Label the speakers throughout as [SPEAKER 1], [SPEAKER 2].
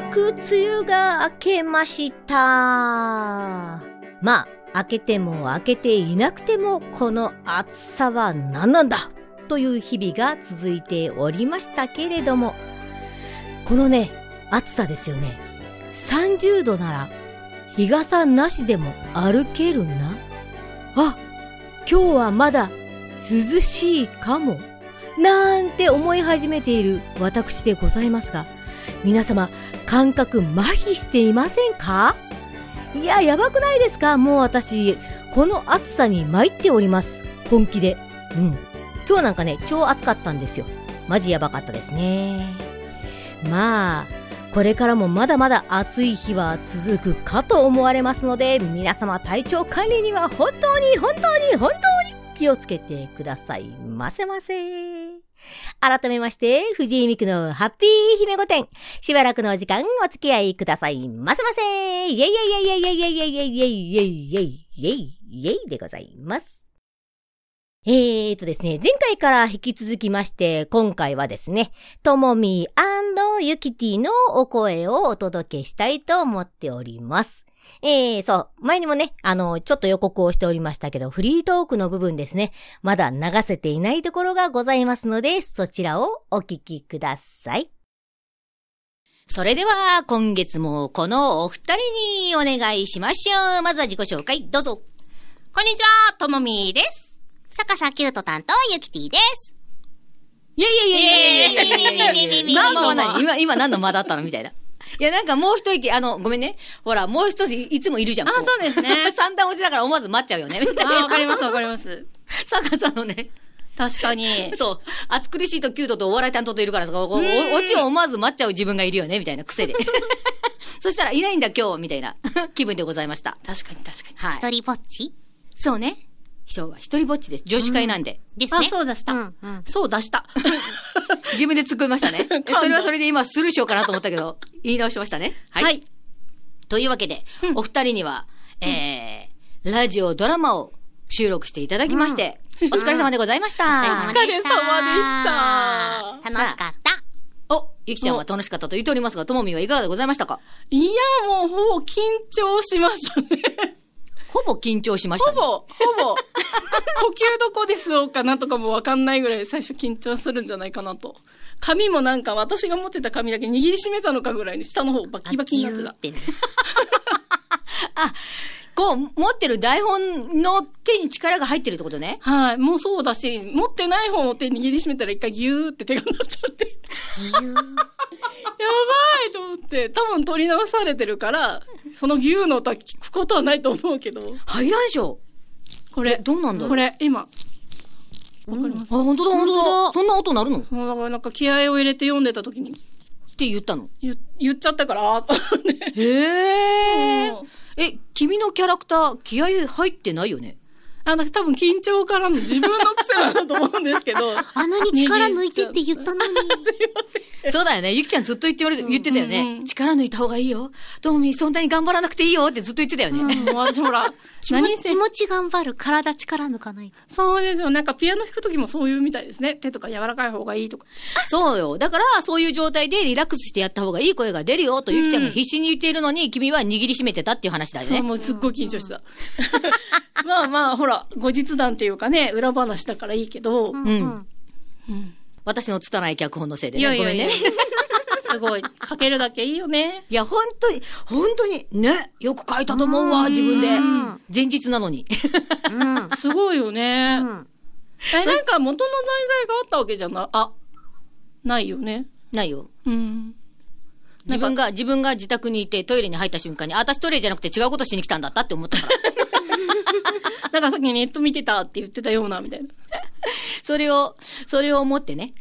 [SPEAKER 1] 梅雨が明けました。まあ、明けても明けていなくても、この暑さは何なんだという日々が続いておりましたけれども、このね、暑さですよね。30度なら、日傘なしでも歩けるな。あ、今日はまだ涼しいかも。なんて思い始めている私でございますが、皆様、感覚麻痺していませんかいや、やばくないですかもう私、この暑さに参っております。本気で。うん。今日なんかね、超暑かったんですよ。マジやばかったですね。まあ、これからもまだまだ暑い日は続くかと思われますので、皆様体調管理には本当に本当に本当に気をつけてくださいませませ。改めまして、藤井美久のハッピー姫御殿。しばらくのお時間お付き合いくださいませませ。イェイイェイイェイイェイイェイイェイイェイイェイイェイイェイイェイイェイでございます。えーとですね、前回から引き続きまして、今回はですね、ともみゆきてぃのお声をお届けしたいと思っております。えー、そう。前にもね、あの、ちょっと予告をしておりましたけど、フリートークの部分ですね。まだ流せていないところがございますので、そちらをお聞きください。それでは、今月もこのお二人にお願いしましょう。まずは自己紹介、どうぞ。
[SPEAKER 2] こんにちは、ともみーです。
[SPEAKER 3] 逆さキュート担当、ゆきてぃです。
[SPEAKER 1] いやいやいやいやいやいやいやいやいやいや。
[SPEAKER 2] 何
[SPEAKER 1] 何
[SPEAKER 2] の
[SPEAKER 1] の何今、今何の間だったのみたいな。いや、なんかもう一息、あの、ごめんね。ほら、もう一ついつもいるじゃん。
[SPEAKER 2] あそうですね
[SPEAKER 1] 三段落ちだから思わず待っちゃうよね。みたい
[SPEAKER 2] あー、わ
[SPEAKER 1] な。
[SPEAKER 2] かります、わかります。
[SPEAKER 1] 坂さんのね。
[SPEAKER 2] 確かに。
[SPEAKER 1] そう。暑苦しいとキュートとお笑い担当といるからさ、こう
[SPEAKER 2] うん
[SPEAKER 1] おオチを思わず待っちゃう自分がいるよね、みたいな癖で。そしたら、いないんだ今日、みたいな気分でございました。
[SPEAKER 2] 確かに、確かに。
[SPEAKER 1] はい
[SPEAKER 3] 一。人ぼっち
[SPEAKER 2] そうね。
[SPEAKER 1] 今日は一人ぼっちです。女子会なんで。
[SPEAKER 3] ですね。
[SPEAKER 2] あ、そう出した。
[SPEAKER 3] うんうん
[SPEAKER 2] そう出した。
[SPEAKER 1] 自分で突っ込みました ね。
[SPEAKER 2] んだ
[SPEAKER 1] それはそれで今スルーしようかなと思ったけど、言い直しましたね。
[SPEAKER 2] はい。
[SPEAKER 1] というわけで、
[SPEAKER 2] うん
[SPEAKER 1] お二人には、えー、ラジオ、ドラマを収録していただきまして、お疲れ様でございました。
[SPEAKER 2] お疲れ様でした
[SPEAKER 3] お疲れ様でした楽しかった。
[SPEAKER 1] お、ゆきちゃんは楽しかったと言っておりますが、ともみんはいかがでございましたか
[SPEAKER 2] いや、もうほぼ緊張しましたね。
[SPEAKER 1] ほぼ緊張しま し
[SPEAKER 2] ほ
[SPEAKER 1] た、
[SPEAKER 2] ぼ、
[SPEAKER 1] ね。
[SPEAKER 2] ほぼ、呼吸どこですうかなとかもわかんないぐらい最初緊張するんじゃないかなと。髪もなんか私が持ってた髪だけ握りしめたのかぐらいに下の方バキバキになって た
[SPEAKER 3] あ。ギューってね
[SPEAKER 1] こう、持ってる台本の手に力が入ってるってことね。
[SPEAKER 2] はい。もうそうだし、持ってない方を手に握りしめたら一回ギューって手がなっちゃって。や
[SPEAKER 3] ギュー
[SPEAKER 2] ばいと思って、多分取り直されてるから、そのギューの音は聞くことはないと思うけど。
[SPEAKER 1] 入らんでしょ。
[SPEAKER 2] これ、
[SPEAKER 1] どうなんだろう
[SPEAKER 2] これ、今。わかり
[SPEAKER 1] あ、
[SPEAKER 2] ます。
[SPEAKER 1] 本当だ、本当だ。そんな音鳴るのっ
[SPEAKER 2] もうだからなんか気合を入れて読んでた時に
[SPEAKER 1] て言ったの。
[SPEAKER 2] 言言っちゃったから、あーね
[SPEAKER 1] へー
[SPEAKER 2] うん。
[SPEAKER 1] え、君のキャラクター、気合入ってないよね。
[SPEAKER 2] あの、多分緊張からの自分の癖なんだと思うんですけど。
[SPEAKER 3] あんなに力抜いてって言ったのに。
[SPEAKER 2] すいません。
[SPEAKER 1] そうだよね。ゆきちゃんずっと言っておる、言ってたよね。
[SPEAKER 2] うんうん
[SPEAKER 1] 力抜いた方がいいよ。トモミー、そんなに頑張らなくていいよってずっと言ってたよね。
[SPEAKER 2] もう私ほら、
[SPEAKER 3] 気持
[SPEAKER 2] 何
[SPEAKER 3] ち
[SPEAKER 2] せ
[SPEAKER 3] 気持ち頑張る、体力抜かないと。
[SPEAKER 2] そうですよ。なんかピアノ弾く時もそういうみたいですね。手とか柔らかい方がいいとか。
[SPEAKER 1] そうよ。だから、そういう状態でリラックスしてやった方がいい声が出るよと、ゆきちゃんが必死に言っているのに、君は握りしめてたっていう話だよ
[SPEAKER 2] そう、
[SPEAKER 1] ね。
[SPEAKER 2] もうすっごい緊張してた。 まあまあ、ほら、後日談っていうかね、裏話だからいいけど、
[SPEAKER 3] うんうん。
[SPEAKER 2] うん
[SPEAKER 1] 私の拙い脚本のせいで
[SPEAKER 2] い
[SPEAKER 1] ね。
[SPEAKER 2] やい
[SPEAKER 1] ご
[SPEAKER 2] や
[SPEAKER 1] めん
[SPEAKER 2] いや、
[SPEAKER 1] ね。
[SPEAKER 2] すごい、かけるだけいいよね。
[SPEAKER 1] いや、本当に、本当に、ね、よく書いたと思うわ、自分で
[SPEAKER 3] うん。
[SPEAKER 1] 前日なのに。
[SPEAKER 3] うん。
[SPEAKER 2] すごいよね。
[SPEAKER 3] うん。
[SPEAKER 2] え、なんか元の題材があったわけじゃな、
[SPEAKER 1] あ、
[SPEAKER 2] ないよね。
[SPEAKER 1] ないよ。
[SPEAKER 2] うん。
[SPEAKER 1] 自分が、自分が自宅にいてトイレに入った瞬間に、あ私トイレじゃなくて違うことしに来たんだったって思ったから。
[SPEAKER 2] なんかさっきネット見てたって言ってたような、みたいな。
[SPEAKER 1] それを、それを思ってね、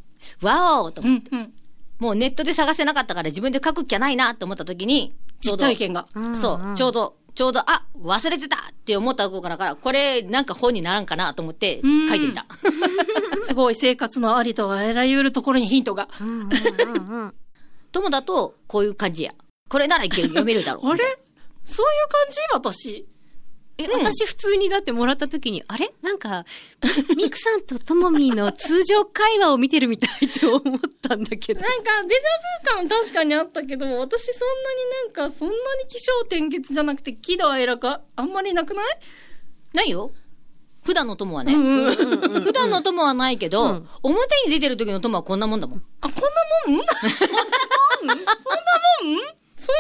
[SPEAKER 1] わおと
[SPEAKER 2] う
[SPEAKER 1] 思って、
[SPEAKER 2] ん、うん。
[SPEAKER 1] もうネットで探せなかったから自分で書くっきゃないなと思った時に、ちょ
[SPEAKER 2] 実
[SPEAKER 1] うど、
[SPEAKER 2] 体験が。
[SPEAKER 3] うん
[SPEAKER 1] そう、ちょうど、ちょうど、あ、忘れてたって思った頃からから、これなんか本にならんかなと思って
[SPEAKER 2] うん
[SPEAKER 1] 書いてみた。
[SPEAKER 2] すごい生活のありとあらゆるところにヒントが。
[SPEAKER 3] うんうんうんうん。
[SPEAKER 1] 友だとこういう感じや。これならいける、読めるだろう。
[SPEAKER 2] あれそういう感じ私。
[SPEAKER 4] え、
[SPEAKER 1] うん
[SPEAKER 4] 私普通にだってもらった時に、あれなん か、ミクさんとともみーの通常会話を見てるみたいって思ったんだけど。
[SPEAKER 2] なんか、デジャブ感確かにあったけど、私そんなになんか、そんなに気象転結じゃなくて、喜怒哀楽ああんまりなくない
[SPEAKER 5] ないよ。普段の友はね。
[SPEAKER 2] うんうん。
[SPEAKER 5] 普段の友はないけど、表に出てる時の友はこんなもんだもん。
[SPEAKER 2] あ、こんなもんこんなもんそ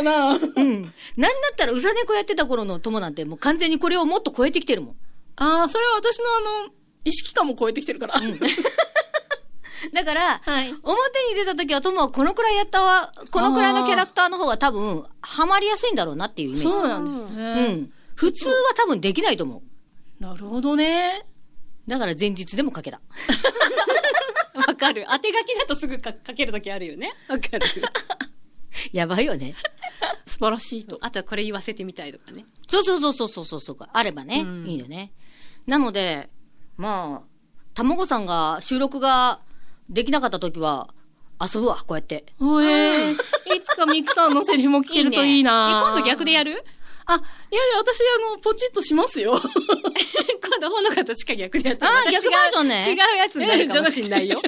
[SPEAKER 2] んなもんかな
[SPEAKER 5] うん。なんだったら、うさ猫やってた頃の友なんて、もう完全にこれをもっと超えてきてるもん。
[SPEAKER 2] ああ、それは私のあの、意識感も超えてきてるから。
[SPEAKER 5] だから、
[SPEAKER 2] はい
[SPEAKER 5] 表に出た時は友はこのくらいやったわ、このくらいのキャラクターの方が多分、ハマりやすいんだろうなっていうイメージ。
[SPEAKER 2] そうなんです
[SPEAKER 5] う
[SPEAKER 2] ね。
[SPEAKER 5] ん。普通は多分できないと思う。
[SPEAKER 2] なるほどね。
[SPEAKER 5] だから前日でもかけた。
[SPEAKER 4] わかる。当て書きだとすぐか書ける時あるよね。わか る。
[SPEAKER 5] やばいよね。
[SPEAKER 2] 素晴らしいと。
[SPEAKER 4] あとはこれ言わせてみたいとかね。
[SPEAKER 5] そうそうそうそうそうそうそう。あればね、
[SPEAKER 4] うん
[SPEAKER 5] いいよね。なので、まあ、たまごさんが収録ができなかった時は、遊ぶわ、こうやって。
[SPEAKER 2] おえー、いつかミクさんのセリフも聞けるといいな
[SPEAKER 4] え今度逆でやる
[SPEAKER 2] あ、いやいや、私、あの、ポチッとしま すよ。
[SPEAKER 4] 今度本の形か逆でやった
[SPEAKER 5] あ
[SPEAKER 4] らま
[SPEAKER 5] あ、
[SPEAKER 4] た違う
[SPEAKER 5] 逆バージョンね。
[SPEAKER 4] 違うやつになるかもしんないよ。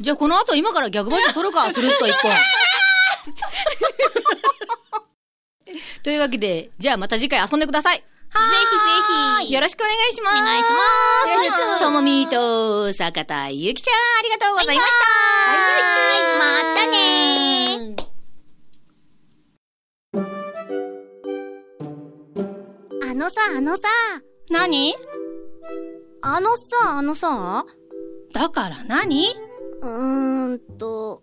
[SPEAKER 5] じゃあこの後今から逆バージョン撮るか、 スルッと一本。というわけで、じゃあまた次回遊んでください。はーい。ぜひぜひ。よろしくお願いします。お願いします。ともみーと坂田ゆきちゃん、ありがとうございました。またねー。
[SPEAKER 3] あのさ、あのさ、
[SPEAKER 2] 何
[SPEAKER 3] あのさ、あのさ、
[SPEAKER 2] だから何
[SPEAKER 3] うーんと、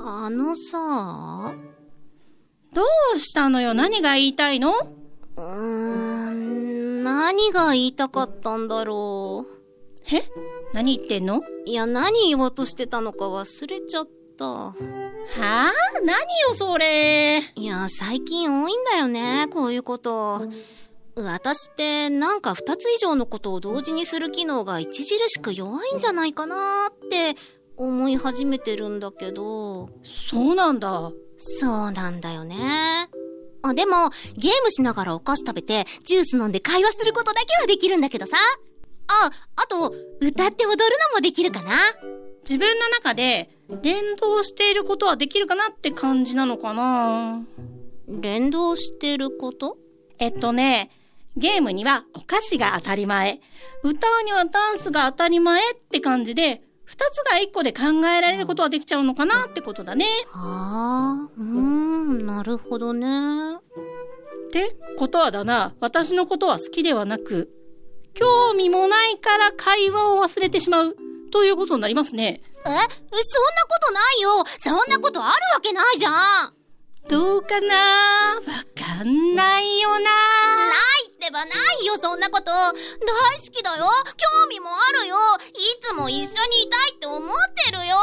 [SPEAKER 3] あのさ、
[SPEAKER 2] どうしたのよ何が言いたいの
[SPEAKER 3] うーん、何が言いたかったんだろ
[SPEAKER 2] え何言ってんのは
[SPEAKER 3] う。いや、何言おうとしてたのか忘れちゃった。
[SPEAKER 2] あ何よそれ。
[SPEAKER 3] いや、最近多いんだよね、こういうこと。私ってなんか二つ以上のことを同時にする機能が著しく弱いんじゃないかなって思い始めてるんだけど、
[SPEAKER 2] そうなんだ。
[SPEAKER 3] そうなんだよね。あ、でも、ゲームしながらお菓子食べて、ジュース飲んで会話することだけはできるんだけどさ。あ、あと、歌って踊るのもできるかな。
[SPEAKER 2] 自分の中で連動していることはできるかなって感じなのかな
[SPEAKER 3] 連動してること
[SPEAKER 2] えっとね、ゲームにはお菓子が当たり前、歌にはダンスが当たり前って感じで、二つが一個で考えられることはできちゃうのかなってことだね。
[SPEAKER 3] はあ、うーん、なるほどね。
[SPEAKER 2] ってことはだな、私のことは好きではなく、興味もないから会話を忘れてしまうということになりますね。
[SPEAKER 3] え、そんなことないよそんなことあるわけないじゃんな
[SPEAKER 2] どうかなわかんないよない
[SPEAKER 3] ってばないよ、そんなこと大好きだよ興味もあるよいつも一緒にいたいって思ってるよ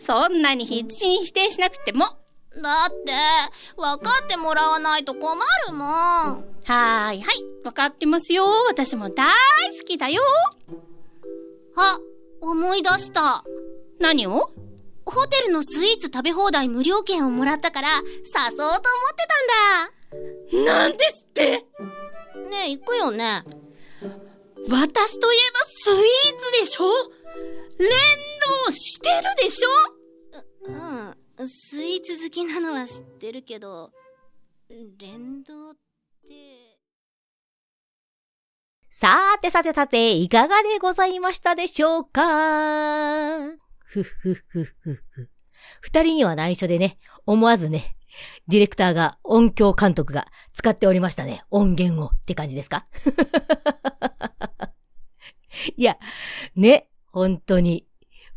[SPEAKER 2] そんなに必死に否定しなくても。
[SPEAKER 3] だって、分かってもらわないと困るもん。
[SPEAKER 2] はーいはい。わかってますよ。私も大好きだよ。
[SPEAKER 3] あ、思い出した。
[SPEAKER 2] 何を
[SPEAKER 3] ホテルのスイーツ食べ放題無料券をもらったから、誘おうと思って
[SPEAKER 2] なんですって
[SPEAKER 3] たんだ。ねえ、行くよね。
[SPEAKER 2] 私といえばスイーツでしょ連動してるでしょ
[SPEAKER 3] うん。スイーツ好きなのは知ってるけど、連動って。
[SPEAKER 1] さてさてさて、いかがでございましたでしょうかふっふっふっふっふ。二人には内緒でね、思わずね、ディレクターが、音響監督が使っておりましたね。音源をって感じですか いや、ね、本当に。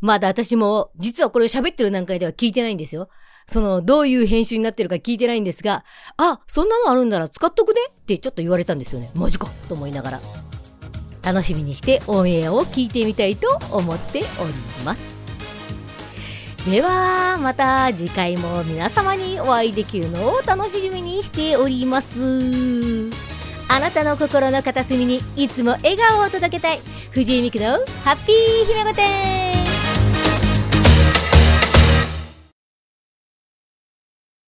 [SPEAKER 1] まだ私も、実はこれを喋ってる段階では聞いてないんですよ。その、どういう編集になってるか聞いてないんですが、あ、そんなのあるんなら使っとくねってちょっと言われたんですよね。マジかと思いながら。楽しみにしてオンエアを聞いてみたいと思っておりますではまた次回も皆様にお会いできるのを楽しみにしておりますあなたの心の片隅にいつも笑顔を届けたい藤井美久のハッピーひめごてん